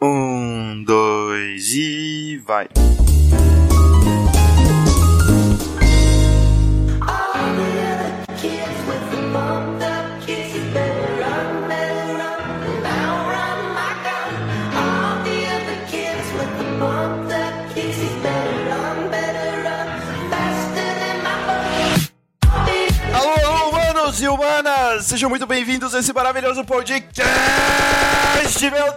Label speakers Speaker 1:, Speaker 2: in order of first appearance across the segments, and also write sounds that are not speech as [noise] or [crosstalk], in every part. Speaker 1: Um, dois e vai! humanos e humanas, sejam muito bem-vindos a esse maravilhoso podcast, meu
Speaker 2: [coughs]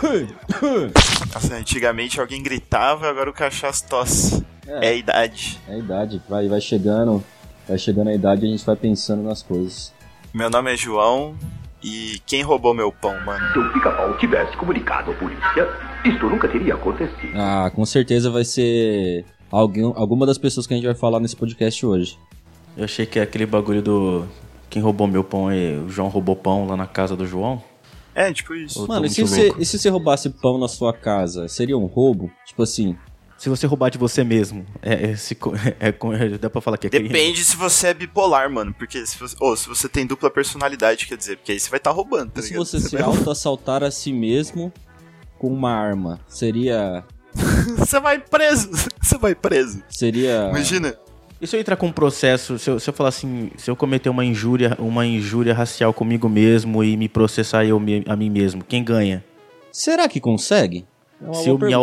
Speaker 1: Deus! Nossa, antigamente alguém gritava, agora o cachaço tosse. É.
Speaker 2: É.
Speaker 1: a idade.
Speaker 2: É a idade, vai, vai chegando, vai chegando a idade e a gente vai pensando nas coisas.
Speaker 1: Meu nome é João e quem roubou meu pão, mano?
Speaker 3: Se o pica-pau tivesse comunicado à polícia, isto nunca teria acontecido.
Speaker 2: Ah, com certeza vai ser alguém, alguma das pessoas que a gente vai falar nesse podcast hoje.
Speaker 4: Eu achei que é aquele bagulho do. Quem roubou meu pão aí? O João roubou pão lá na casa do João?
Speaker 1: É, tipo isso.
Speaker 4: Eu tô
Speaker 2: Mano, e se,
Speaker 4: muito
Speaker 2: você,
Speaker 4: louco.
Speaker 2: e se você roubasse pão na sua casa? Seria um roubo? Tipo assim,
Speaker 4: Se você roubar de você mesmo, é, é, se co- [laughs] é co- é- dá pra falar que é crime?
Speaker 1: Depende se você é bipolar, mano, porque se você, ou se você tem dupla personalidade, quer dizer, porque aí você vai estar roubando, tá
Speaker 2: se
Speaker 1: ligado? [laughs]
Speaker 2: você se
Speaker 1: vai-
Speaker 2: autoassaltar a si mesmo com uma arma, seria.
Speaker 1: você vai preso, [laughs] você vai preso.
Speaker 2: Seria.
Speaker 1: Imagina.
Speaker 4: E se eu entrar com um processo, se eu, se eu falar assim, se eu cometer uma injúria, uma injúria racial comigo mesmo e me processar eu me- a mim mesmo, quem ganha?
Speaker 2: Será que consegue? É uma
Speaker 4: se
Speaker 2: boa
Speaker 4: eu me
Speaker 2: pergunta.
Speaker 1: Vamos tentar,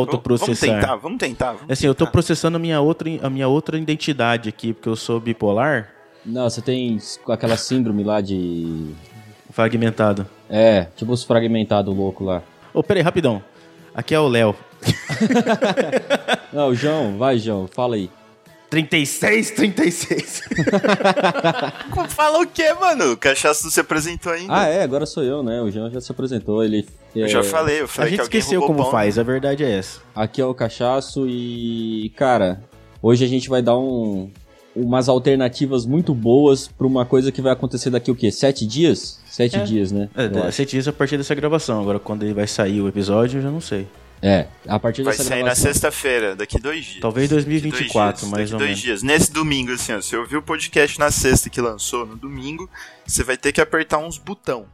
Speaker 4: autoprocessar.
Speaker 1: vamos tentar.
Speaker 4: [laughs]
Speaker 1: Vamos
Speaker 4: Assim, eu tô
Speaker 1: tentar.
Speaker 4: processando a minha, outra, a minha outra identidade aqui, porque eu sou bipolar
Speaker 2: Não, você tem aquela síndrome lá de.
Speaker 4: fragmentado.
Speaker 2: É, tipo os fragmentados louco lá.
Speaker 4: Ô, peraí, rapidão. Aqui é o Léo.
Speaker 2: Não, João, vai, João, fala aí.
Speaker 4: 36, 36.
Speaker 1: Fala o quê, mano? O cachaço não se apresentou ainda.
Speaker 2: Ah, é, agora sou eu, né? O João já se apresentou, ele.
Speaker 1: Eu
Speaker 2: é,
Speaker 1: já falei, eu
Speaker 4: A
Speaker 1: falei
Speaker 4: gente
Speaker 1: que alguém
Speaker 4: esqueceu
Speaker 1: roubou
Speaker 4: como
Speaker 1: pão. né?
Speaker 4: faz, a verdade é essa.
Speaker 2: Aqui é o Cachaço e. Cara, hoje a gente vai dar um. Umas alternativas muito boas pra uma coisa que vai acontecer daqui o quê? Sete dias? Sete dias, né?
Speaker 4: É,
Speaker 2: Eu acho.
Speaker 4: você diz a partir dessa gravação. Agora, quando ele vai sair o episódio, eu já não sei.
Speaker 2: é a partir
Speaker 1: Vai
Speaker 2: dessa
Speaker 1: sair na
Speaker 2: gravação.
Speaker 1: sexta-feira, daqui dois dias.
Speaker 4: Talvez
Speaker 1: Daqui
Speaker 4: 2024,
Speaker 1: dois dias,
Speaker 4: mais
Speaker 1: daqui
Speaker 4: ou
Speaker 1: dois
Speaker 4: menos.
Speaker 1: dias. Nesse domingo, assim, ó, se eu ouvir o podcast na sexta que lançou no domingo, você vai ter que apertar uns botão.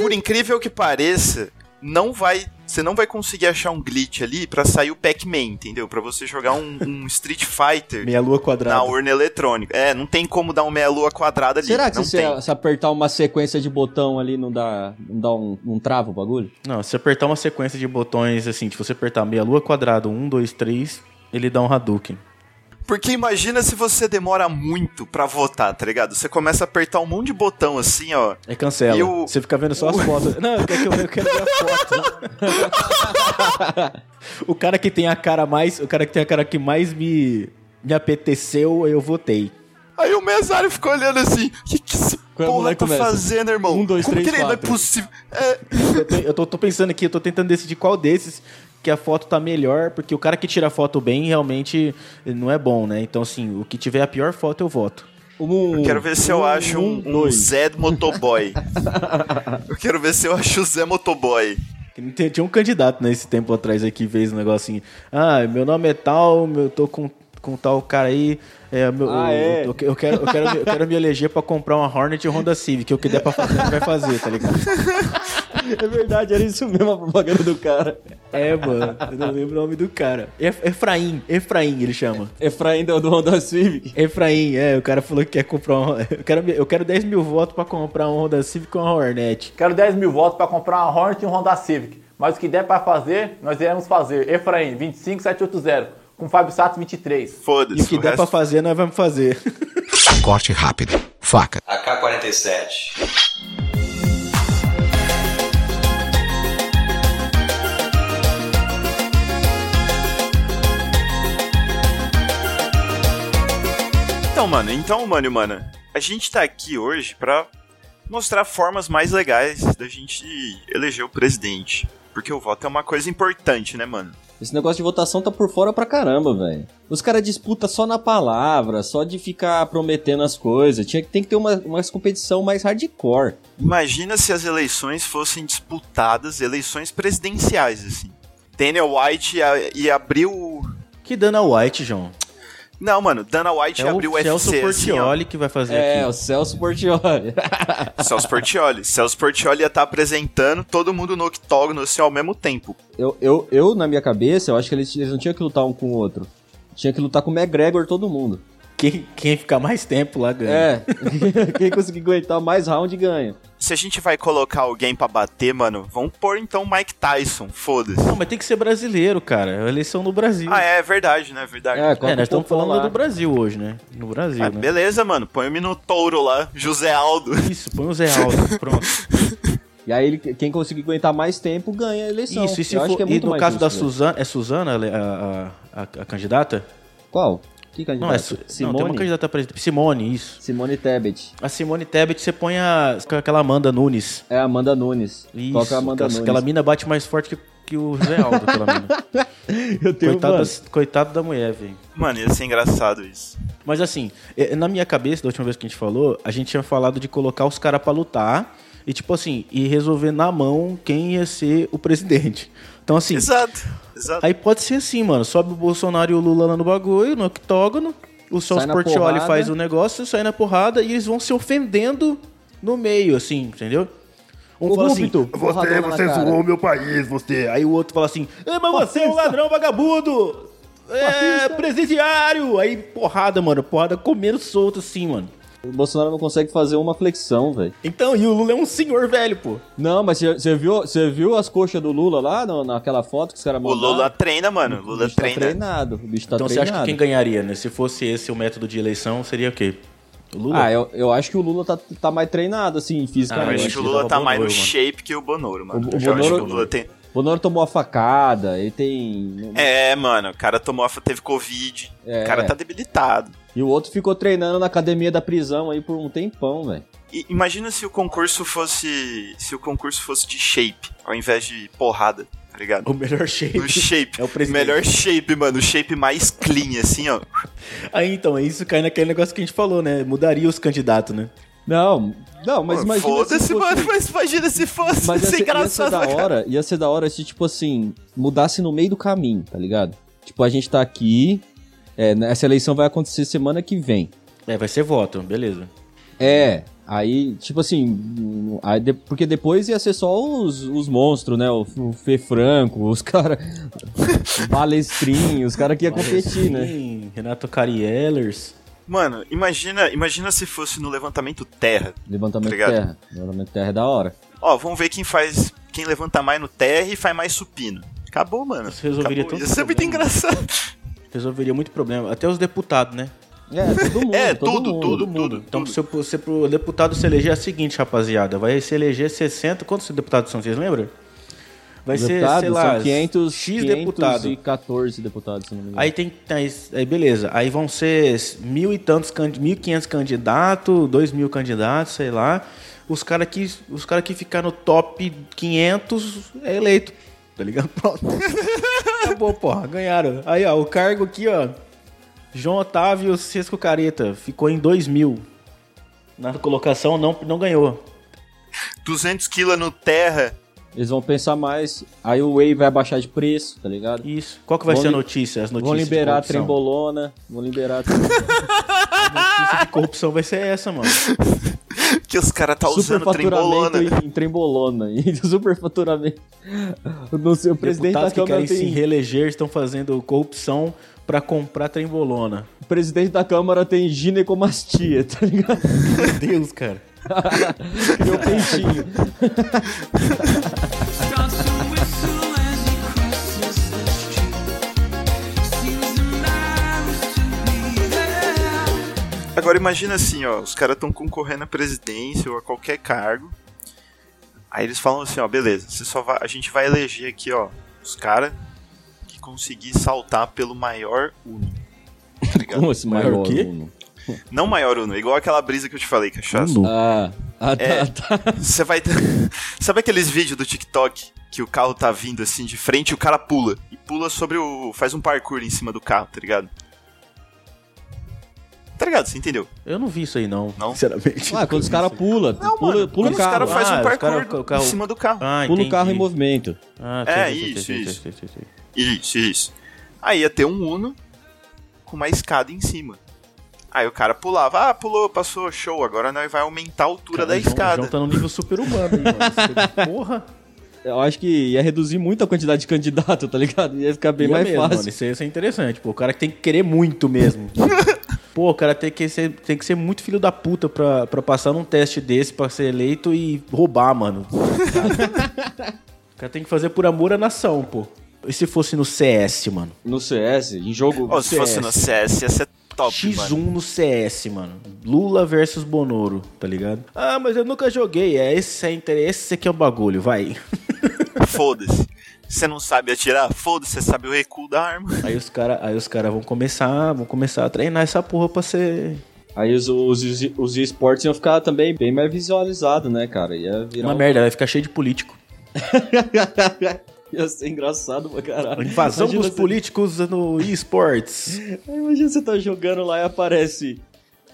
Speaker 1: Por incrível que pareça, não vai. Você não vai conseguir achar um glitch ali pra sair o Pac-Man, entendeu? Pra você jogar um, um Street
Speaker 4: [laughs]
Speaker 1: Fighter
Speaker 4: Meia lua
Speaker 1: na
Speaker 4: quadrada.
Speaker 1: urna eletrônica. É, não tem como dar uma meia-lua quadrada ali.
Speaker 2: Será que
Speaker 1: não
Speaker 4: é
Speaker 2: se,
Speaker 1: tem.
Speaker 2: você- se apertar uma sequência de botão ali não dá, não dá um, um trava o bagulho?
Speaker 4: Não, se apertar uma sequência de botões, assim, se você apertar meia lua quadrada, um, dois, três, ele dá um Hadouken.
Speaker 1: Porque imagina se você demora muito pra votar, tá ligado? Você começa a apertar um monte de botão assim, ó.
Speaker 4: É cancela.
Speaker 1: E o-
Speaker 4: Você fica vendo só as fotos. Não, eu quero, eu quero ver a foto. [laughs] o cara que tem a cara mais. O cara que tem a cara que mais me, me apeteceu, eu votei.
Speaker 1: Aí o mesário ficou olhando assim, o que, que esse
Speaker 2: Quando a
Speaker 1: porra
Speaker 2: mulher
Speaker 1: tá
Speaker 2: começa,
Speaker 1: fazendo, irmão?
Speaker 2: um, dois,
Speaker 1: Como
Speaker 2: três,
Speaker 1: que ele não é
Speaker 2: quatro."
Speaker 1: possível? É,
Speaker 4: Eu, tô, eu tô- tô pensando aqui, eu tô tentando decidir qual desses que a foto tá melhor, porque o cara que tira a foto bem realmente não é bom, né? Então, assim, o que tiver a pior foto eu voto.
Speaker 2: Um,
Speaker 1: eu quero ver se eu acho um, um
Speaker 2: dois.
Speaker 1: Zé Motoboy. eu quero ver se eu acho o Zé Motoboy.
Speaker 4: Que não tem- Tinha um candidato nesse tempo atrás aí que fez um negócio assim, ah, meu nome é tal, eu tô com, com tal cara aí, é, meu-
Speaker 2: Ah,
Speaker 4: eu,
Speaker 2: é?
Speaker 4: eu- eu quero, eu, quero, me- eu quero me eleger pra comprar uma Hornet e Honda Civic, é o que der pra fazer, a gente vai fazer, tá ligado?
Speaker 2: É verdade, era isso mesmo a propaganda do cara.
Speaker 4: É, mano, eu não lembro o nome do cara. Ef- Efraim, Efraim ele chama.
Speaker 2: Efraim do do Honda Civic.
Speaker 4: Efraim, é, o cara falou que quer comprar um. [laughs] Eu quero, eu quero 10 mil votos pra comprar um Honda Civic e uma Hornet.
Speaker 5: Quero 10 mil votos para comprar uma Hornet e um Honda Civic. Mas o que der para fazer, nós iremos fazer. Efraim, 25780. Com Fábio Sato, 23.
Speaker 1: Foda-se.
Speaker 4: E o que der pra
Speaker 1: resto-
Speaker 4: fazer, nós vamos [laughs] fazer.
Speaker 6: Corte rápido. Faca.
Speaker 7: AK-47.
Speaker 1: Então, mano, então, mano, e mana, a gente tá aqui hoje pra mostrar formas mais legais da gente eleger o presidente. Porque o voto é uma coisa importante, né, mano?
Speaker 2: Esse negócio de votação tá por fora pra caramba, velho. Os caras disputam só na palavra, só de ficar prometendo as coisas. Tinha, que- tem que ter uma, umas competição mais hardcore.
Speaker 1: Imagina se as eleições fossem disputadas, eleições presidenciais, assim. Daniel White ia, ia abrir o.
Speaker 4: Que Dana White, João.
Speaker 1: Não, mano, Dana White
Speaker 4: É o
Speaker 1: abriu o
Speaker 4: Celso
Speaker 1: UFC assim, ó.
Speaker 4: Portioli que vai fazer
Speaker 2: É,
Speaker 4: aqui.
Speaker 2: o Celso Portioli.
Speaker 1: [laughs] Celso Portioli. Celso Portioli ia estar apresentando todo mundo no octógono assim ao mesmo tempo.
Speaker 2: [laughs] Eu, eu, eu, na minha cabeça, eu acho que eles, eles não tinham que lutar um com o outro. Tinha que lutar com o McGregor todo mundo.
Speaker 4: Quem, quem ficar mais tempo lá ganha.
Speaker 2: É. [laughs] Quem conseguir aguentar mais round ganha.
Speaker 1: Se a gente vai colocar alguém pra bater, mano, vamos pôr então o Mike Tyson,
Speaker 4: Não,
Speaker 1: foda-se.
Speaker 4: mas tem que ser brasileiro, cara. É a eleição no Brasil.
Speaker 1: Ah, é verdade, né? Verdade.
Speaker 2: É, coloca
Speaker 4: É,
Speaker 2: o
Speaker 4: nós estamos
Speaker 2: povo
Speaker 4: falando
Speaker 2: lá.
Speaker 4: do Brasil hoje, né? No Brasil,
Speaker 1: Ah,
Speaker 4: né?
Speaker 1: beleza, mano. Põe o Minotouro lá, José Aldo. [laughs]
Speaker 4: Isso, põe o Zé [laughs] Aldo, pronto.
Speaker 2: E aí, ele- quem conseguir aguentar mais tempo ganha a eleição.
Speaker 4: Isso, e, se
Speaker 2: eu acho
Speaker 4: for-
Speaker 2: que é
Speaker 4: e
Speaker 2: muito
Speaker 4: no
Speaker 2: mais
Speaker 4: caso da
Speaker 2: justo, né?
Speaker 4: Suzana, é Suzana a- a, a, a candidata?
Speaker 2: Qual? Que candidata?
Speaker 4: Não, é Su- não,
Speaker 2: Simone?
Speaker 4: tem uma candidata pra Simone, isso.
Speaker 2: Simone Tebet.
Speaker 4: A Simone Tebet, você põe a, aquela Amanda Nunes.
Speaker 2: É a Amanda Nunes.
Speaker 4: Isso,
Speaker 2: Toca a Amanda
Speaker 4: aquela,
Speaker 2: Nunes.
Speaker 4: aquela mina bate mais forte que, que o Zé Aldo, aquela
Speaker 2: [laughs]
Speaker 4: mina.
Speaker 2: Eu tenho
Speaker 4: coitado,
Speaker 2: mano,
Speaker 4: da, coitado da mulher, velho.
Speaker 1: Mano, ia ser engraçado isso.
Speaker 4: Mas assim, eh, na minha cabeça, da última vez que a gente falou, a gente tinha falado de colocar os caras pra lutar e, tipo assim, e resolver na mão quem ia ser o presidente. Então, assim,
Speaker 1: Exato, exato.
Speaker 4: aí pode ser assim, mano. Sobe o Bolsonaro e o Lula lá no bagulho, no octógono, o Celso
Speaker 2: na
Speaker 4: Portioli
Speaker 2: porrada.
Speaker 4: faz o negócio, sai na porrada e eles vão se ofendendo no meio, assim, entendeu? Um fala assim,
Speaker 2: Corrupto. Porradona na cara.
Speaker 8: meu país, você.
Speaker 4: Aí o outro fala assim: "Ah, mas você é um ladrão vagabundo! É, presidiário! Aí porrada, mano, porrada comendo solto assim, mano.
Speaker 2: O Bolsonaro não consegue fazer uma flexão, velho.
Speaker 4: Então, e o Lula é um senhor velho, pô.
Speaker 2: Não, mas você- você viu, você viu as coxas do Lula lá no- naquela foto que os caras
Speaker 1: O
Speaker 2: mandaram?
Speaker 1: Lula treina, mano.
Speaker 2: O
Speaker 1: Lula
Speaker 2: bicho tá
Speaker 1: treina.
Speaker 2: treinado. O bicho tá
Speaker 4: Então você
Speaker 2: treinado.
Speaker 4: acha que quem ganharia, né? Se fosse esse o método de eleição, seria o quê? é O Lula?
Speaker 2: Ah, eu, eu acho que o Lula tá, tá mais treinado, assim,
Speaker 1: Eu
Speaker 4: Ah, eu
Speaker 2: fisicamente.
Speaker 1: acho
Speaker 4: acho
Speaker 1: que o
Speaker 4: que
Speaker 1: Lula
Speaker 4: tava
Speaker 1: tá
Speaker 4: bom
Speaker 1: mais no
Speaker 4: Bonoro, mano.
Speaker 1: shape que o Bonoro, mano.
Speaker 2: O- o
Speaker 1: Eu acho que o
Speaker 2: Bonoro-
Speaker 1: Lula tem.
Speaker 2: O Bonoro tomou a facada, ele tem...
Speaker 1: É, mano, o cara tomou, a- teve Covid.
Speaker 2: É.
Speaker 1: O cara tá debilitado.
Speaker 2: E o outro ficou treinando na academia da prisão aí por um tempão, velho.
Speaker 1: E imagina se o concurso fosse. Se o concurso fosse de shape, ao invés de porrada, tá ligado?
Speaker 4: É O melhor shape.
Speaker 1: No shape.
Speaker 4: É o presidente.
Speaker 1: Melhor shape, mano. O shape mais clean, assim, ó.
Speaker 4: Aí então, isso cai naquele negócio que a gente falou, né? Mudaria os candidatos, né?
Speaker 2: Não, não, mas
Speaker 1: Mano,
Speaker 2: imagina... se
Speaker 1: Foda-se,
Speaker 2: fosse-
Speaker 1: mano. Mas imagina se fosse.
Speaker 2: Mas assim ia
Speaker 1: sem
Speaker 2: ser, ia
Speaker 1: graça,
Speaker 2: ser da hora, ia ser da hora se, tipo assim, mudasse no meio do caminho, tá ligado? Tipo, a gente tá aqui, é, né, essa eleição vai acontecer semana que vem.
Speaker 4: É, vai ser voto, beleza.
Speaker 2: É, aí, tipo assim, hum, aí de- porque depois ia ser só os, os monstros, né? O, o Fê Franco, os caras. [laughs] Balestrinho, os caras que ia competir, né?
Speaker 4: Sim, Renato Cariellers.
Speaker 1: [laughs] Mano, imagina, imagina se fosse no levantamento terra.
Speaker 2: Levantamento
Speaker 1: Obrigado.
Speaker 2: terra. Levantamento terra é da hora.
Speaker 1: Ó, vamos ver quem faz. Quem levanta mais no terra e faz mais supino. Acabou, mano.
Speaker 4: Isso resolveria
Speaker 1: Acabou.
Speaker 4: todo
Speaker 1: Isso é muito
Speaker 4: problema.
Speaker 1: engraçado.
Speaker 4: Resolveria muito problema. Até os deputados, né?
Speaker 2: É, todo mundo.
Speaker 1: É,
Speaker 2: todo
Speaker 1: tudo,
Speaker 2: mundo.
Speaker 1: tudo,
Speaker 4: Todo mundo.
Speaker 1: tudo,
Speaker 4: Então,
Speaker 1: tudo.
Speaker 4: se o se pro deputado se eleger, é o seguinte, rapaziada. Vai se eleger 60. Quantos deputados são? Vocês lembram? Vai ser,
Speaker 2: Deputados,
Speaker 4: sei lá,
Speaker 2: são 500,
Speaker 4: X
Speaker 2: 500
Speaker 4: deputado.
Speaker 2: e 14 deputados, se não me engano.
Speaker 4: Aí tem. Aí, aí beleza. Aí vão ser mil e tantos. can- Mil e quinhentos candidatos, dois mil candidatos, sei lá. Os caras que, os cara que ficar no top 500 é eleito. Tá ligado? [laughs] Pronto. Acabou, porra. Ganharam. Aí, ó, o cargo aqui, ó. João Otávio Sesco Careta. Ficou em 2 mil. Na colocação não, não ganhou.
Speaker 1: 200 quilos no terra.
Speaker 2: Eles vão pensar mais. Aí o Whey vai baixar de preço, tá ligado?
Speaker 4: Isso. Qual que vai
Speaker 2: Vão
Speaker 4: ser a
Speaker 2: li-
Speaker 4: notícia? As notícias
Speaker 2: Vão liberar a
Speaker 4: de corrupção.
Speaker 2: trembolona. Vão liberar
Speaker 1: [laughs]
Speaker 2: a
Speaker 1: Tá
Speaker 4: A notícia de [laughs] corrupção vai ser essa, mano.
Speaker 1: Que os caras tá usando
Speaker 2: superfaturamento
Speaker 1: trembolona.
Speaker 2: em, em trembolona. [laughs] E superfaturamento. Não sei, o presidente da
Speaker 4: Deputados que
Speaker 2: Câmara
Speaker 4: querem se
Speaker 2: tem.
Speaker 4: reeleger estão fazendo corrupção pra comprar trembolona.
Speaker 2: O presidente da Câmara tem ginecomastia, tá ligado?
Speaker 4: Meu
Speaker 2: [laughs]
Speaker 4: Deus, cara.
Speaker 2: Meu peitinho.
Speaker 1: Agora imagina assim, ó, os caras estão concorrendo à presidência ou a qualquer cargo. Aí eles falam assim, ó, beleza, você só vai, a gente vai eleger aqui, ó, os caras que conseguir saltar pelo maior Uno.
Speaker 2: Como esse
Speaker 4: Maior
Speaker 2: maior
Speaker 4: o quê?
Speaker 2: aluno?
Speaker 1: Não maior Uno, igual aquela brisa que é eu te falei, cachaça.
Speaker 2: Ah, ah, tá,
Speaker 1: É.
Speaker 2: tá.
Speaker 1: Você vai ter... [laughs] Sabe aqueles vídeos do TikTok que o carro tá vindo assim de frente e o cara pula e pula sobre o faz um parkour em cima do carro, tá ligado? Tá ligado, você entendeu?
Speaker 4: Eu não vi isso aí, não.
Speaker 1: Não?
Speaker 4: Sinceramente.
Speaker 2: Ah, quando os caras pulam,
Speaker 1: Não,
Speaker 2: pula,
Speaker 1: mano,
Speaker 2: pula o
Speaker 1: quando os
Speaker 2: carro.
Speaker 1: caras fazem
Speaker 4: Ah,
Speaker 1: um
Speaker 4: os
Speaker 1: parkour
Speaker 4: cara- o carro-
Speaker 1: em cima do carro.
Speaker 4: Ah,
Speaker 2: Pula o
Speaker 4: entendi.
Speaker 2: carro em movimento.
Speaker 4: Ah,
Speaker 1: É,
Speaker 4: entendi,
Speaker 1: isso,
Speaker 4: entendi,
Speaker 1: isso.
Speaker 4: entendi, entendi.
Speaker 1: Isso, isso. Aí ia ter um Uno com com uma escada em cima. Aí o cara pulava, ah, pulou, passou, show, agora nós vai aumentar a altura da
Speaker 4: O João-
Speaker 1: escada.
Speaker 4: O João tá num nível super humano, hein, mano.
Speaker 1: [laughs]
Speaker 4: Você- Porra.
Speaker 2: Eu acho que ia reduzir muito a quantidade de candidato, tá ligado? Ia ficar bem
Speaker 4: Ia
Speaker 2: mais
Speaker 4: mesmo,
Speaker 2: fácil.
Speaker 4: mano, Isso, isso é interessante, pô. O cara que tem que querer
Speaker 1: [laughs]
Speaker 4: muito mesmo. pô, o cara tem que ser, tem que ser muito filho da puta pra, pra passar num teste desse pra ser eleito e
Speaker 1: [laughs]
Speaker 4: roubar, mano. o cara tem que fazer por amor à nação, pô. E se fosse no CS, mano?
Speaker 2: No CS, em jogo.
Speaker 1: Ó, se fosse no CS, ia ser top,
Speaker 4: X1
Speaker 1: mano.
Speaker 4: no CS, mano. Lula versus Bonoro, tá ligado? Ah, mas eu nunca joguei. É, esse é interesse, esse aqui é o bagulho, [laughs] vai.
Speaker 1: Foda-se. Você não sabe atirar? Foda-se, você sabe o recuo da arma.
Speaker 4: aí os caras cara vão começar, vão começar a treinar essa porra pra ser
Speaker 2: Aí os, os, os esportes iam ficar também bem mais visualizados, né, cara? Ia virar.
Speaker 4: uma
Speaker 2: um-
Speaker 4: merda, vai ficar cheio de [laughs] político.
Speaker 2: [laughs] ia ser engraçado pra caralho.
Speaker 4: A invasão
Speaker 2: Imagina
Speaker 4: dos
Speaker 2: você-
Speaker 4: políticos no esportes.
Speaker 2: Imagina você tá jogando lá e aparece.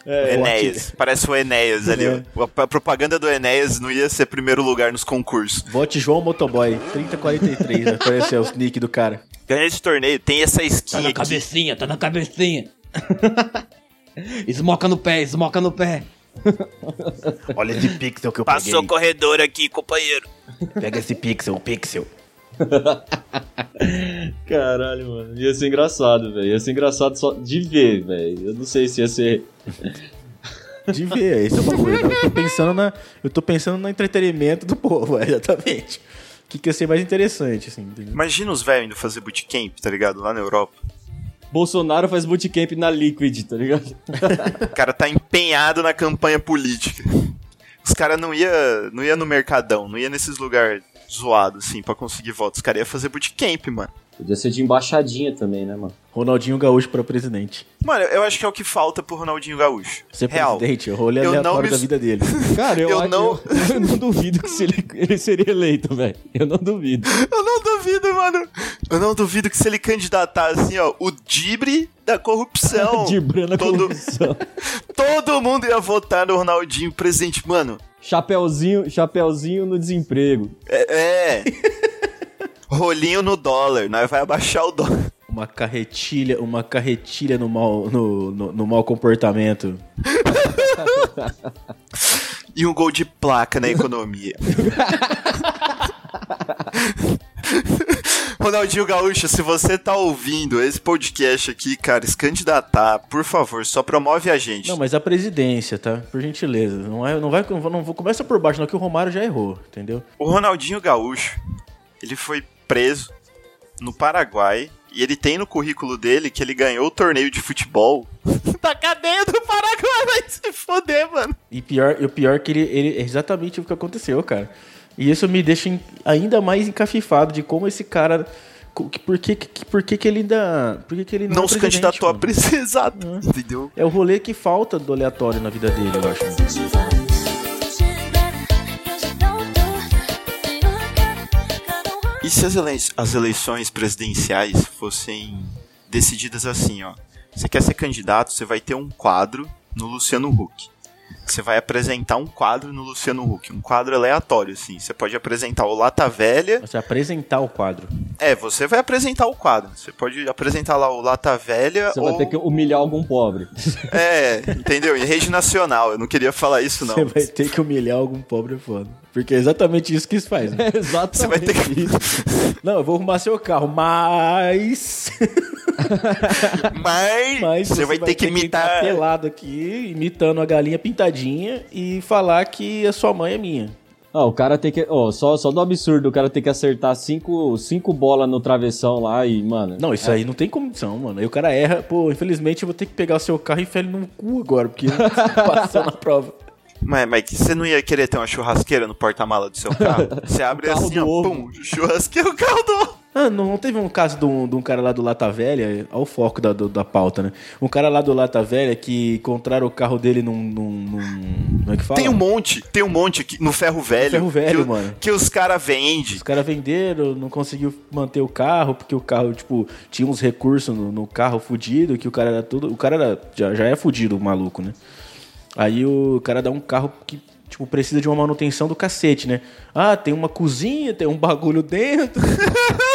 Speaker 2: É,
Speaker 1: Enéas. Parece o Enéas ali.
Speaker 4: É.
Speaker 1: ó. A a propaganda do Enéas não ia ser primeiro lugar nos concursos.
Speaker 4: Vote João Motoboy, 3043, né? Apareceu o nick do cara.
Speaker 1: Ganha esse torneio, tem
Speaker 4: Tá
Speaker 1: essa skin aqui.
Speaker 8: cabecinha, tá na cabecinha. esmoca no pé, esmoca no pé.
Speaker 4: Olha esse pixel que eu
Speaker 1: Passou o corredor aqui, companheiro.
Speaker 4: Pega esse pixel, um pixel.
Speaker 2: Caralho, mano. Ia ser engraçado, velho. Ia ser engraçado só de ver, velho. Eu não sei se ia ser.
Speaker 4: De ver, esse é o bagulho. Eu tô pensando, na, eu tô pensando no entretenimento do povo, [laughs] é, exatamente. O que, que ia ser mais interessante, assim, entendeu?
Speaker 1: Imagina os velhos indo fazer bootcamp, tá ligado? Lá na Europa.
Speaker 2: Bolsonaro faz bootcamp na Liquid, tá ligado?
Speaker 4: [laughs]
Speaker 1: O cara tá empenhado na campanha política. Os caras não ia, não ia no mercadão, não ia nesses lugares zoados, assim, pra conseguir votos. Os caras iam fazer bootcamp, mano.
Speaker 2: Podia ser de embaixadinha também, né, mano?
Speaker 4: Ronaldinho Gaúcho pra presidente.
Speaker 1: Mano, eu acho que é o que falta pro Ronaldinho Gaúcho.
Speaker 4: Ser
Speaker 1: Real.
Speaker 4: presidente, é o rolê
Speaker 1: Eu não
Speaker 4: aleatório
Speaker 1: me-
Speaker 4: da
Speaker 1: [laughs]
Speaker 4: vida dele.
Speaker 2: Cara, eu,
Speaker 1: Eu
Speaker 2: acho-
Speaker 1: não-
Speaker 2: eu, [laughs] eu não duvido que se ele, ele seria eleito, velho. Eu não duvido.
Speaker 1: Eu não duvido, mano. Eu não duvido que se ele candidatar assim, ó, o dibre da
Speaker 2: [laughs]
Speaker 1: corrupção.
Speaker 2: De brana
Speaker 1: todo,
Speaker 2: corrupção.
Speaker 1: todo mundo ia votar no Ronaldinho presidente, mano.
Speaker 2: Chapeuzinho, chapeuzinho no desemprego.
Speaker 1: É. é. Rolinho no dólar, nós vai abaixar o dólar.
Speaker 4: Uma carretilha, uma carretilha no mau, no, no, no mau comportamento.
Speaker 1: E um gol de placa na economia. Ronaldinho Gaúcho, se você tá ouvindo esse podcast aqui, cara, se candidatar, por favor, só promove a gente.
Speaker 4: Não, mas a presidência, tá? Por gentileza. Não, é, não vai. Não, vou- não vou- começa por baixo, não, que o Romário já errou, entendeu?
Speaker 1: O Ronaldinho Gaúcho, ele foi preso no Paraguai e ele tem no currículo dele que ele ganhou o torneio de futebol. da Tá cadeia do Paraguai vai se foder, mano.
Speaker 4: E pior, e o pior que ele, ele é exatamente o que aconteceu, cara. E isso me deixa em- ainda mais encafifado de como esse cara. co- que- Por que, que, por que, que ele ainda. Por que, que ele
Speaker 1: Não,
Speaker 4: é
Speaker 1: se
Speaker 4: presidente,
Speaker 1: candidatou a
Speaker 4: mano?
Speaker 1: presidente, exato, entendeu?
Speaker 4: É o rolê que falta do aleatório na vida dele, eu acho.
Speaker 1: E se as, elei- as eleições presidenciais fossem decididas assim, ó? Você quer ser candidato, você vai ter um quadro no Luciano Huck. Você vai apresentar um quadro no Luciano Huck, um quadro aleatório, assim. Você pode apresentar o Lata Velha,
Speaker 4: Você apresentar o quadro.
Speaker 1: É, você vai apresentar o quadro. Você pode apresentar lá o Lata Velha
Speaker 2: Você
Speaker 1: ou...
Speaker 2: vai ter que humilhar
Speaker 1: [laughs]
Speaker 2: algum pobre.
Speaker 1: É, entendeu? Em rede nacional. Eu não queria falar isso, não.
Speaker 4: Você vai ter que humilhar algum pobre foda. Porque é exatamente isso que isso faz,
Speaker 1: [laughs]
Speaker 4: né?
Speaker 2: É exatamente.
Speaker 1: Você vai ter que...
Speaker 2: isso.
Speaker 4: Não, eu vou arrumar seu carro, mas.
Speaker 1: [laughs] Mas,
Speaker 4: Mas
Speaker 1: você, vai, ter que imitar... é.
Speaker 4: pelado aqui, imitando a galinha pintadinha e falar que a sua mãe é minha.
Speaker 2: Ah, o cara tem que. ó, só, só do absurdo, o cara tem que acertar cinco, cinco bolas no travessão lá e, mano.
Speaker 4: Não, isso aí não tem condição, mano. Aí o cara erra, pô, infelizmente eu vou ter que pegar o seu carro e enfiar ele no cu agora, porque [laughs] ele passou na prova.
Speaker 1: Mas, mas que você não ia querer ter uma churrasqueira no porta-mala do seu carro? Você abre
Speaker 2: carro
Speaker 1: assim, ó,
Speaker 2: do ovo.
Speaker 1: pum, churrasqueira, o carro do... ovo.
Speaker 4: Ah, não, não teve um caso de um, de um cara lá do Lata Velha, olha o foco da, do- da pauta, né? Um cara lá do Lata Velha que encontraram o carro dele num. num, num- como é que fala?
Speaker 1: Tem um monte, tem um monte aqui no ferro velho.
Speaker 4: ferro velho,
Speaker 1: que, o-
Speaker 4: mano.
Speaker 1: Que os caras vendem.
Speaker 4: Os caras venderam, não conseguiu manter o carro, porque o carro, tipo, tinha uns recursos no, no carro fudido, que o cara era tudo. O cara era, já, já é fudido, o maluco, né? Aí o cara dá um carro que, tipo, precisa de uma manutenção do cacete, né? Ah, tem uma cozinha, tem um bagulho dentro. [laughs]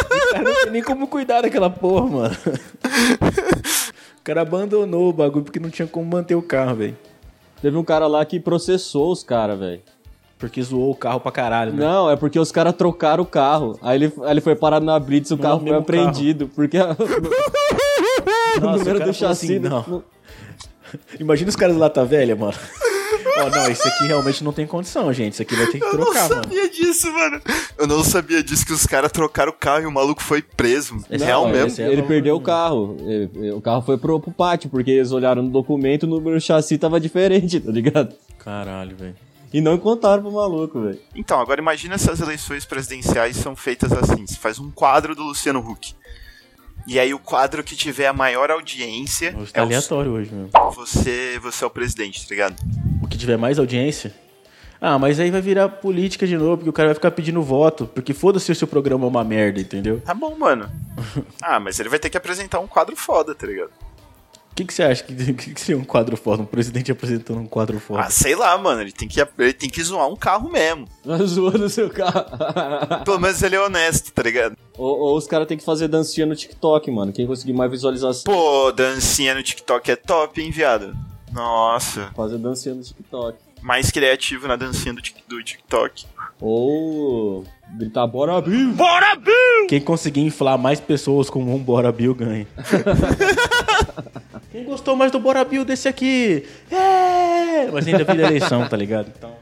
Speaker 4: O cara não tem nem como cuidar daquela porra, mano. O cara abandonou o bagulho porque não tinha como manter o carro, velho.
Speaker 2: Teve um cara lá que processou os caras, velho.
Speaker 4: Porque zoou o carro pra caralho, né?
Speaker 2: Não, é porque os caras trocaram o carro. Aí ele, aí ele foi parado na Blitz e o
Speaker 4: Não
Speaker 2: carro
Speaker 4: é o
Speaker 2: foi
Speaker 4: mesmo
Speaker 2: apreendido. Porque [laughs] a- o número
Speaker 1: assim,
Speaker 2: do chassi.
Speaker 4: assim, não. Imagina os caras lá tá
Speaker 1: [laughs]
Speaker 4: velha, mano. Ó, não, isso aqui realmente não tem condição, gente. Isso aqui vai ter que
Speaker 1: Eu não
Speaker 4: trocar, mano.
Speaker 1: sabia disso, mano. Eu não sabia disso que os caras trocaram o carro e o maluco foi preso.
Speaker 4: Não,
Speaker 1: Real
Speaker 2: Não,
Speaker 1: É mesmo.
Speaker 2: Ele, ele perdeu o carro. Ele- o carro foi pro, pro pátio, porque eles olharam no documento o número do chassi tava diferente, tá ligado?
Speaker 4: Caralho, velho. Tá
Speaker 2: E não contaram pro maluco, velho.
Speaker 1: Então, agora imagina se as eleições presidenciais são feitas assim. Você faz um quadro do Luciano Huck. E aí o quadro que tiver a maior audiência
Speaker 4: Hoje tá
Speaker 1: é o,
Speaker 4: aleatório hoje, meu.
Speaker 1: você, você é o presidente, tá ligado?
Speaker 4: O que tiver mais audiência. Ah, mas aí vai virar política de novo, porque o cara vai ficar pedindo voto. Porque foda-se se o programa é uma merda, entendeu?
Speaker 1: Tá bom, mano. ah, mas ele vai ter que apresentar um quadro foda, tá ligado?
Speaker 4: O que, que você acha que, [laughs] que, que seria um quadro foda? Um presidente apresentando um quadro foda.
Speaker 1: Ah, sei lá, mano. Ele tem que, ele tem que zoar um carro mesmo.
Speaker 2: [laughs] Zoando o seu carro.
Speaker 1: Pelo menos ele é honesto, tá ligado?
Speaker 2: ou, ou os caras têm que fazer dancinha no TikTok, mano. Quem conseguir mais visualização,
Speaker 1: Pô, dancinha no TikTok é top, hein, viado? Nossa,
Speaker 2: fazer dancinha no TikTok.
Speaker 1: mais criativo na dancinha do, tik- do TikTok.
Speaker 2: Ou gritar bora Bill!
Speaker 4: Quem conseguir inflar mais pessoas com um Bora
Speaker 1: [laughs]
Speaker 4: Bill ganha. Quem gostou mais do Bora Bill desse aqui? É! Mas ainda vira eleição, tá ligado? Então.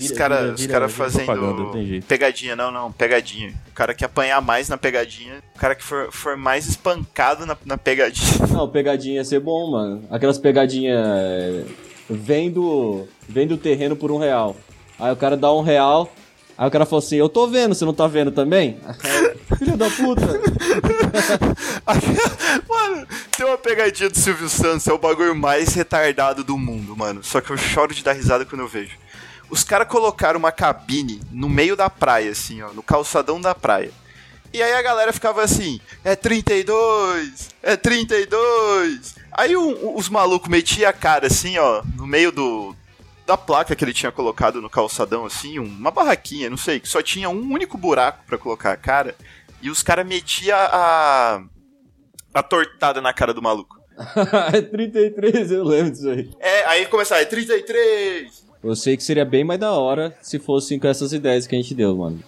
Speaker 1: Os
Speaker 4: Vira- vira-
Speaker 1: caras
Speaker 4: vira-
Speaker 1: cara
Speaker 4: vira
Speaker 1: fazendo
Speaker 4: propaganda, não tem jeito.
Speaker 1: pegadinha, não, não, pegadinha. O cara que apanhar mais na pegadinha, o cara que for, for mais espancado na, na pegadinha.
Speaker 2: Não, pegadinha ia ser bom, mano. Aquelas pegadinhas. Vendo, vendo o terreno por um real. Aí o cara dá um real. Aí o cara fala assim: Eu tô vendo, você não tá vendo também? [laughs] Filha da puta! [laughs]
Speaker 1: [laughs] mano, tem uma pegadinha do Silvio Santos, é o bagulho mais retardado do mundo, mano. Só que eu choro de dar risada quando eu vejo. Os caras colocaram uma cabine no meio da praia, assim, ó, no calçadão da praia. E aí a galera ficava assim, é 32, é 32. Aí o- os malucos metiam a cara assim, ó, no meio do da placa que ele tinha colocado no calçadão, assim, uma barraquinha, não sei, que só tinha um único buraco pra colocar a cara. E os caras metiam a, a tortada na cara do maluco.
Speaker 2: é 33, eu lembro disso aí.
Speaker 1: É, aí começava, é 33!
Speaker 2: Eu sei que seria bem mais da hora se fossem com essas ideias que a gente deu, mano.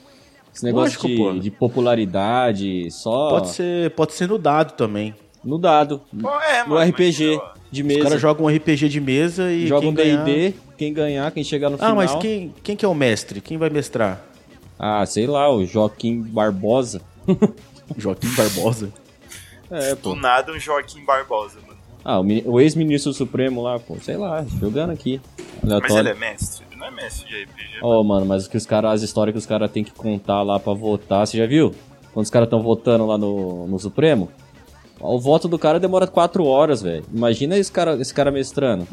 Speaker 2: Esse negócio
Speaker 4: Lógico, pô.
Speaker 2: de, de popularidade, só
Speaker 4: Pode ser, pode ser no dado também.
Speaker 2: no dado,
Speaker 1: Pô, é,
Speaker 2: no RPG
Speaker 1: mas, ó,
Speaker 2: de
Speaker 4: Os
Speaker 2: mesa.
Speaker 4: caras jogam um RPG de mesa e.
Speaker 2: Joga
Speaker 4: quem
Speaker 2: um
Speaker 4: ganhar-
Speaker 2: D&D, quem ganhar, quem chegar no
Speaker 4: Ah,
Speaker 2: final...
Speaker 4: mas quem, quem que é o mestre? Quem vai mestrar?
Speaker 2: Ah, sei lá, o Joaquim Barbosa.
Speaker 4: Joaquim Barbosa.
Speaker 2: É,
Speaker 1: Do
Speaker 2: pô.
Speaker 1: nada um Joaquim Barbosa, mano.
Speaker 2: Ah, o, mini- o ex-ministro Supremo lá, pô, sei lá, jogando aqui.
Speaker 1: Mas ele
Speaker 2: Aleatório.
Speaker 1: é mestre? Ele não é mestre de RPG.
Speaker 2: Ó, mano, mas o que os caras, as histórias que os caras têm que contar lá pra votar, você já viu? Quando os caras estão votando lá no, no Supremo, ó, o voto do cara demora 4 horas, velho. Imagina esse cara, esse cara mestrando.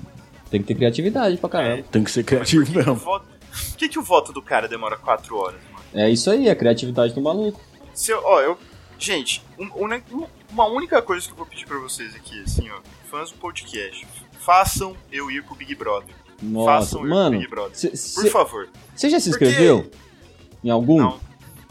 Speaker 2: Tem que ter criatividade pra caramba.
Speaker 4: Tem que ser criativo
Speaker 1: O
Speaker 4: mesmo.
Speaker 1: voto- Por que, que o voto do cara demora 4 horas, mano?
Speaker 2: É isso aí, a criatividade do maluco.
Speaker 1: Se eu, ó, eu. Gente, um- um- uma única coisa que eu vou pedir pra vocês aqui, assim, ó. Fãs do podcast, façam eu ir pro Big Brother.
Speaker 2: Nossa,
Speaker 1: façam eu ir pro
Speaker 2: mano.
Speaker 1: um Big Brother. Por
Speaker 2: Você
Speaker 1: favor.
Speaker 2: já se
Speaker 1: Porque-
Speaker 2: inscreveu? Em algum?
Speaker 1: Não.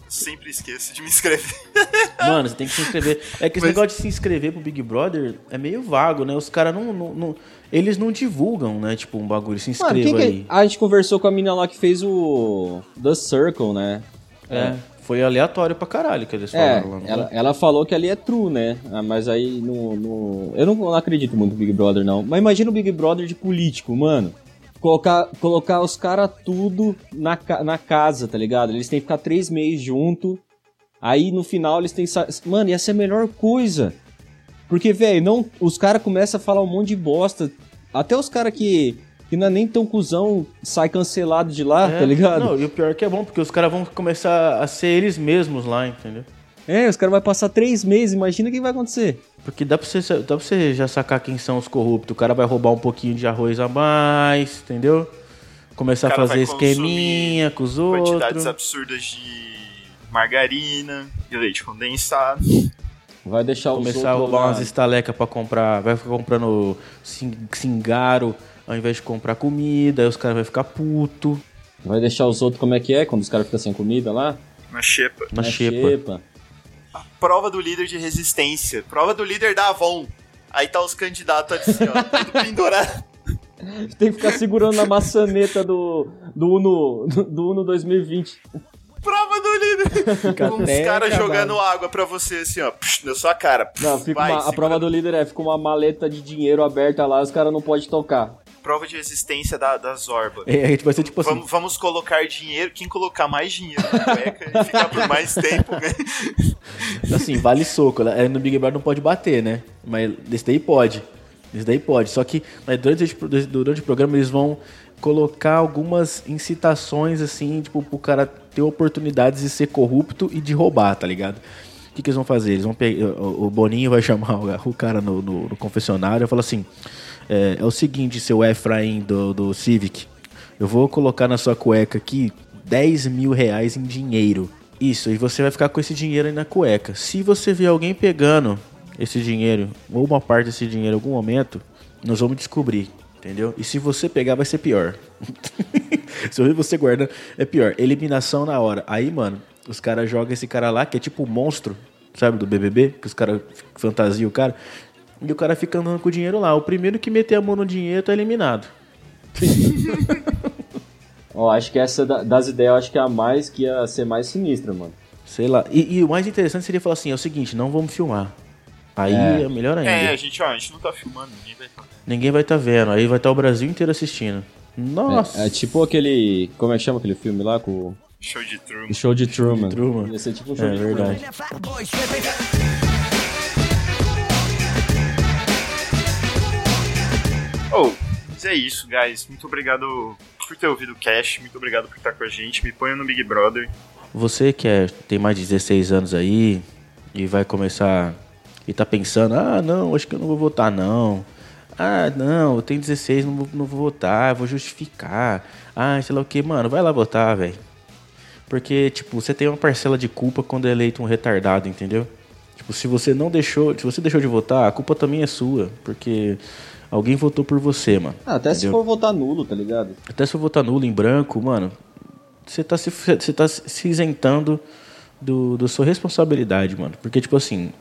Speaker 1: Sempre esqueço de me inscrever.
Speaker 4: [laughs] Mano, você tem que se inscrever. É que esse
Speaker 1: Mas-
Speaker 4: negócio de se inscrever pro Big Brother é meio vago, né? Os caras não, não- não- Eles não divulgam, né? Tipo, um bagulho. Se
Speaker 2: Mano, quem
Speaker 4: inscreva
Speaker 2: que é-
Speaker 4: aí.
Speaker 2: A gente conversou com a menina lá que fez o The Circle, né?
Speaker 4: É, foi aleatório pra caralho que eles
Speaker 2: É,
Speaker 4: falaram lá. né? não
Speaker 2: ela, ela falou que ali é true, né? Ah, mas aí no, no- Eu não, não acredito muito no Big Brother, não. Mas imagina o Big Brother de político, mano. Colocar, colocar os caras tudo na, ca- na casa, tá ligado? Eles têm que ficar três meses junto. Aí no final eles têm que. sa- Mano, ia ser a melhor coisa. Porque, velho, não, os caras começam a falar um monte de bosta. Até os caras que, que não é nem tão cuzão sai cancelado de lá, [laughs]
Speaker 4: É,
Speaker 2: tá ligado?
Speaker 4: Não, e o pior é que é bom, porque os caras vão começar a ser eles mesmos lá, entendeu?
Speaker 2: É, os caras vão passar três meses, imagina o que vai acontecer.
Speaker 4: Porque dá pra, você, dá pra você já sacar quem são os corruptos. O cara vai roubar um pouquinho de arroz a mais, entendeu? Começar
Speaker 1: O
Speaker 4: a
Speaker 1: cara vai
Speaker 4: fazer esqueminha com os
Speaker 1: Quantidades
Speaker 4: outros.
Speaker 1: absurdas de margarina, de leite condensado.
Speaker 2: Vai deixar o
Speaker 4: Começar a roubar umas estalecas pra comprar. Vai ficar comprando sin- singaro ao invés de comprar comida. Aí os caras vão ficar puto
Speaker 2: Vai deixar os outros como é que é, quando os caras ficam sem comida lá?
Speaker 1: Na xepa.
Speaker 4: na
Speaker 2: Na
Speaker 4: xepa.
Speaker 1: prova do líder de resistência, prova do líder da Avon. Aí tá os candidatos assim, ó, [laughs] tudo pendurado.
Speaker 2: Tem que ficar segurando a maçaneta do, do, Uno, do, do Uno 2020.
Speaker 1: Prova do líder.
Speaker 2: Fica
Speaker 1: Com os
Speaker 2: até
Speaker 1: caras
Speaker 2: acabado.
Speaker 1: jogando água pra você, assim, ó, psh, na sua cara. Psh,
Speaker 2: Não, fica
Speaker 1: vai,
Speaker 2: uma- a
Speaker 1: segura.
Speaker 2: prova do líder é, fica uma maleta de dinheiro aberta lá, os caras não podem tocar.
Speaker 1: Prova de resistência da, da Zorba.
Speaker 4: É, a gente vai ser tipo assim.
Speaker 1: Vamos, vamos colocar dinheiro, quem colocar mais dinheiro na cueca e ficar por mais tempo, né?
Speaker 4: Assim, vale soco. né? É, No Big Brother não pode bater, né? Mas desse daí pode. Desse daí pode. Só que mas durante, esse pro- durante o programa eles vão colocar algumas incitações, assim, tipo, pro cara ter oportunidades de ser corrupto e de roubar, tá ligado? O que, que eles vão fazer? Eles vão pegar. O o Boninho vai chamar o- o cara no, no- no confessionário e fala assim: é, é o seguinte, seu Efraim do, do Civic, eu vou colocar na sua cueca aqui 10 mil reais em dinheiro. Isso, e você vai ficar com esse dinheiro aí na cueca. Se você ver alguém pegando esse dinheiro, ou uma parte desse dinheiro em algum momento, nós vamos descobrir, entendeu? E se você pegar, vai ser pior. [laughs] se eu ver você guardando, é pior. Eliminação na hora. Aí, mano, os caras jogam esse cara lá, que é tipo o monstro, sabe, do BBB, que os caras fantasiam o cara. E o cara fica andando com o dinheiro lá. O primeiro que meter a mão no dinheiro tá eliminado.
Speaker 2: Ó, acho que essa da- das ideias, eu acho que é a mais que ia ser mais sinistra, mano.
Speaker 4: Sei lá. E, e o mais interessante seria falar assim: é o seguinte, não vamos filmar. Aí é, melhor
Speaker 1: [laughs]
Speaker 4: ainda.
Speaker 1: É, a gente, ó, a gente não tá filmando, ninguém vai tá vendo.
Speaker 4: Ninguém vai tá vendo. Aí vai estar o Brasil inteiro assistindo. Nossa!
Speaker 2: É, é tipo aquele. Como é que chama aquele filme lá? Com
Speaker 1: Show de Truman.
Speaker 2: o show de Truman.
Speaker 4: Truman.
Speaker 2: Ia ser tipo um show
Speaker 4: É
Speaker 2: de
Speaker 4: verdade.
Speaker 1: Oh, mas é isso, guys. Muito obrigado por ter ouvido o cast, muito obrigado por estar com a gente. Me ponha no Big Brother.
Speaker 4: Você que é, tem mais de 16 anos aí e vai começar e tá pensando, ah não, acho que eu não vou votar não. Ah não, eu tenho 16, não vou, não vou votar, vou justificar. Ah, sei lá o que, mano, vai lá votar, velho. Porque, tipo, você tem uma parcela de culpa quando é eleito um retardado, entendeu? Tipo, se você não deixou, se você deixou de votar, a culpa também é sua, porque alguém votou por você, mano.
Speaker 2: Ah, até se
Speaker 4: entendeu?
Speaker 2: for votar nulo, tá ligado?
Speaker 4: Até se eu votar nulo em branco, mano, você tá se, você tá se isentando do, da sua responsabilidade, mano. Porque, tipo assim,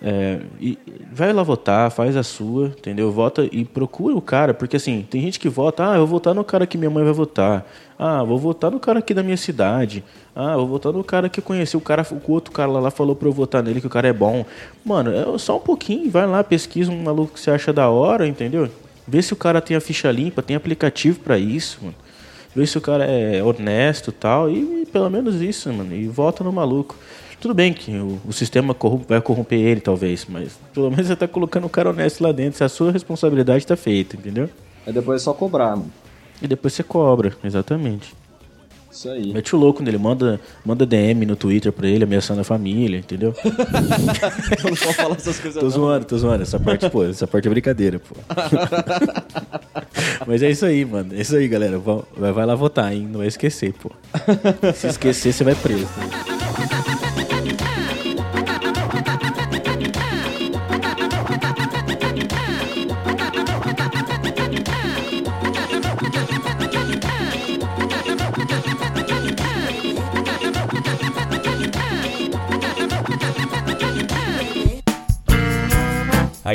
Speaker 4: é, e- vai lá votar, faz a sua, entendeu? Vota e procura o cara, porque assim, tem gente que vota, ah, eu vou votar no cara que minha mãe vai votar. Ah, vou votar no cara aqui da minha cidade. Ah, vou votar no cara que eu conheci, o cara, o outro cara lá, lá falou pra eu votar nele, que o cara é bom. Mano, é só um pouquinho, vai lá, pesquisa um maluco que você acha da hora, entendeu? Vê se o cara tem a ficha limpa, tem aplicativo pra isso, mano. Vê se o cara é honesto e tal. E, e pelo menos isso, mano. E vota no maluco. Tudo bem que o, o sistema corrum- vai corromper ele, talvez, mas pelo menos [laughs] você tá colocando um cara honesto lá dentro. A sua responsabilidade tá feita, entendeu?
Speaker 2: Aí depois é só cobrar, mano.
Speaker 4: E depois você cobra, exatamente.
Speaker 2: Isso aí.
Speaker 4: Mete o louco nele, manda, manda DM no Twitter pra ele, ameaçando a família, entendeu?
Speaker 2: Eu não posso falar essas coisas
Speaker 4: Tô zoando, tô zoando. Essa parte, pô, essa parte é brincadeira, pô. Mas é isso aí, mano. É isso aí, galera. Va- Vai, vai lá votar, hein? Não vai esquecer, pô. Se esquecer, você vai preso.
Speaker 9: A